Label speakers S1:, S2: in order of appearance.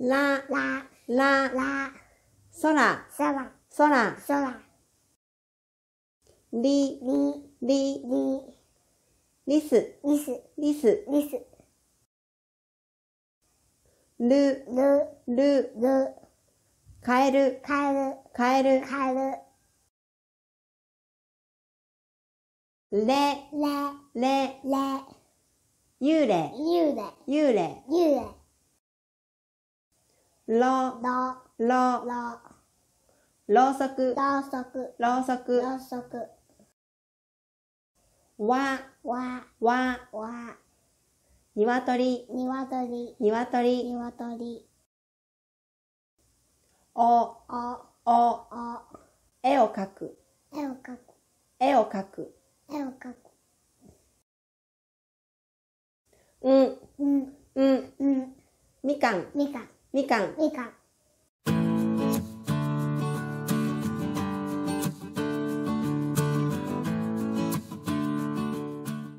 S1: ら、
S2: ら、
S1: ら、
S2: ら、
S1: 空、
S2: そら、
S1: 空、
S2: そら、
S1: り、
S2: り、
S1: り、
S2: り、
S1: リス、
S2: リス、
S1: リス、
S2: リス、
S1: る、
S2: る、
S1: る、
S2: る、
S1: カエル、
S2: かえ
S1: カエ
S2: る、
S1: ル、
S2: かえる、
S1: れ、
S2: れ、
S1: れ、
S2: れ、
S1: 幽霊、
S2: ゆれ、
S1: 幽霊、
S2: ゆれ、
S1: ろ、
S2: ろ、
S1: ろ、
S2: ろ、
S1: ろうそく、
S2: ろうそく、
S1: ろうそく、
S2: ろうそく、
S1: わ、
S2: わ、
S1: わ、
S2: わ、
S1: にわとり、
S2: にわとり、
S1: にわとり
S2: に、わとり、
S1: お、
S2: お、
S1: お、
S2: お、
S1: 絵を描く、
S2: 絵をかく、
S1: 絵を描く、
S2: 絵をかく、
S1: うん、
S2: うん、
S1: うん、
S2: うん、
S1: みかん、
S2: みかん、
S1: みかん、
S2: みかん、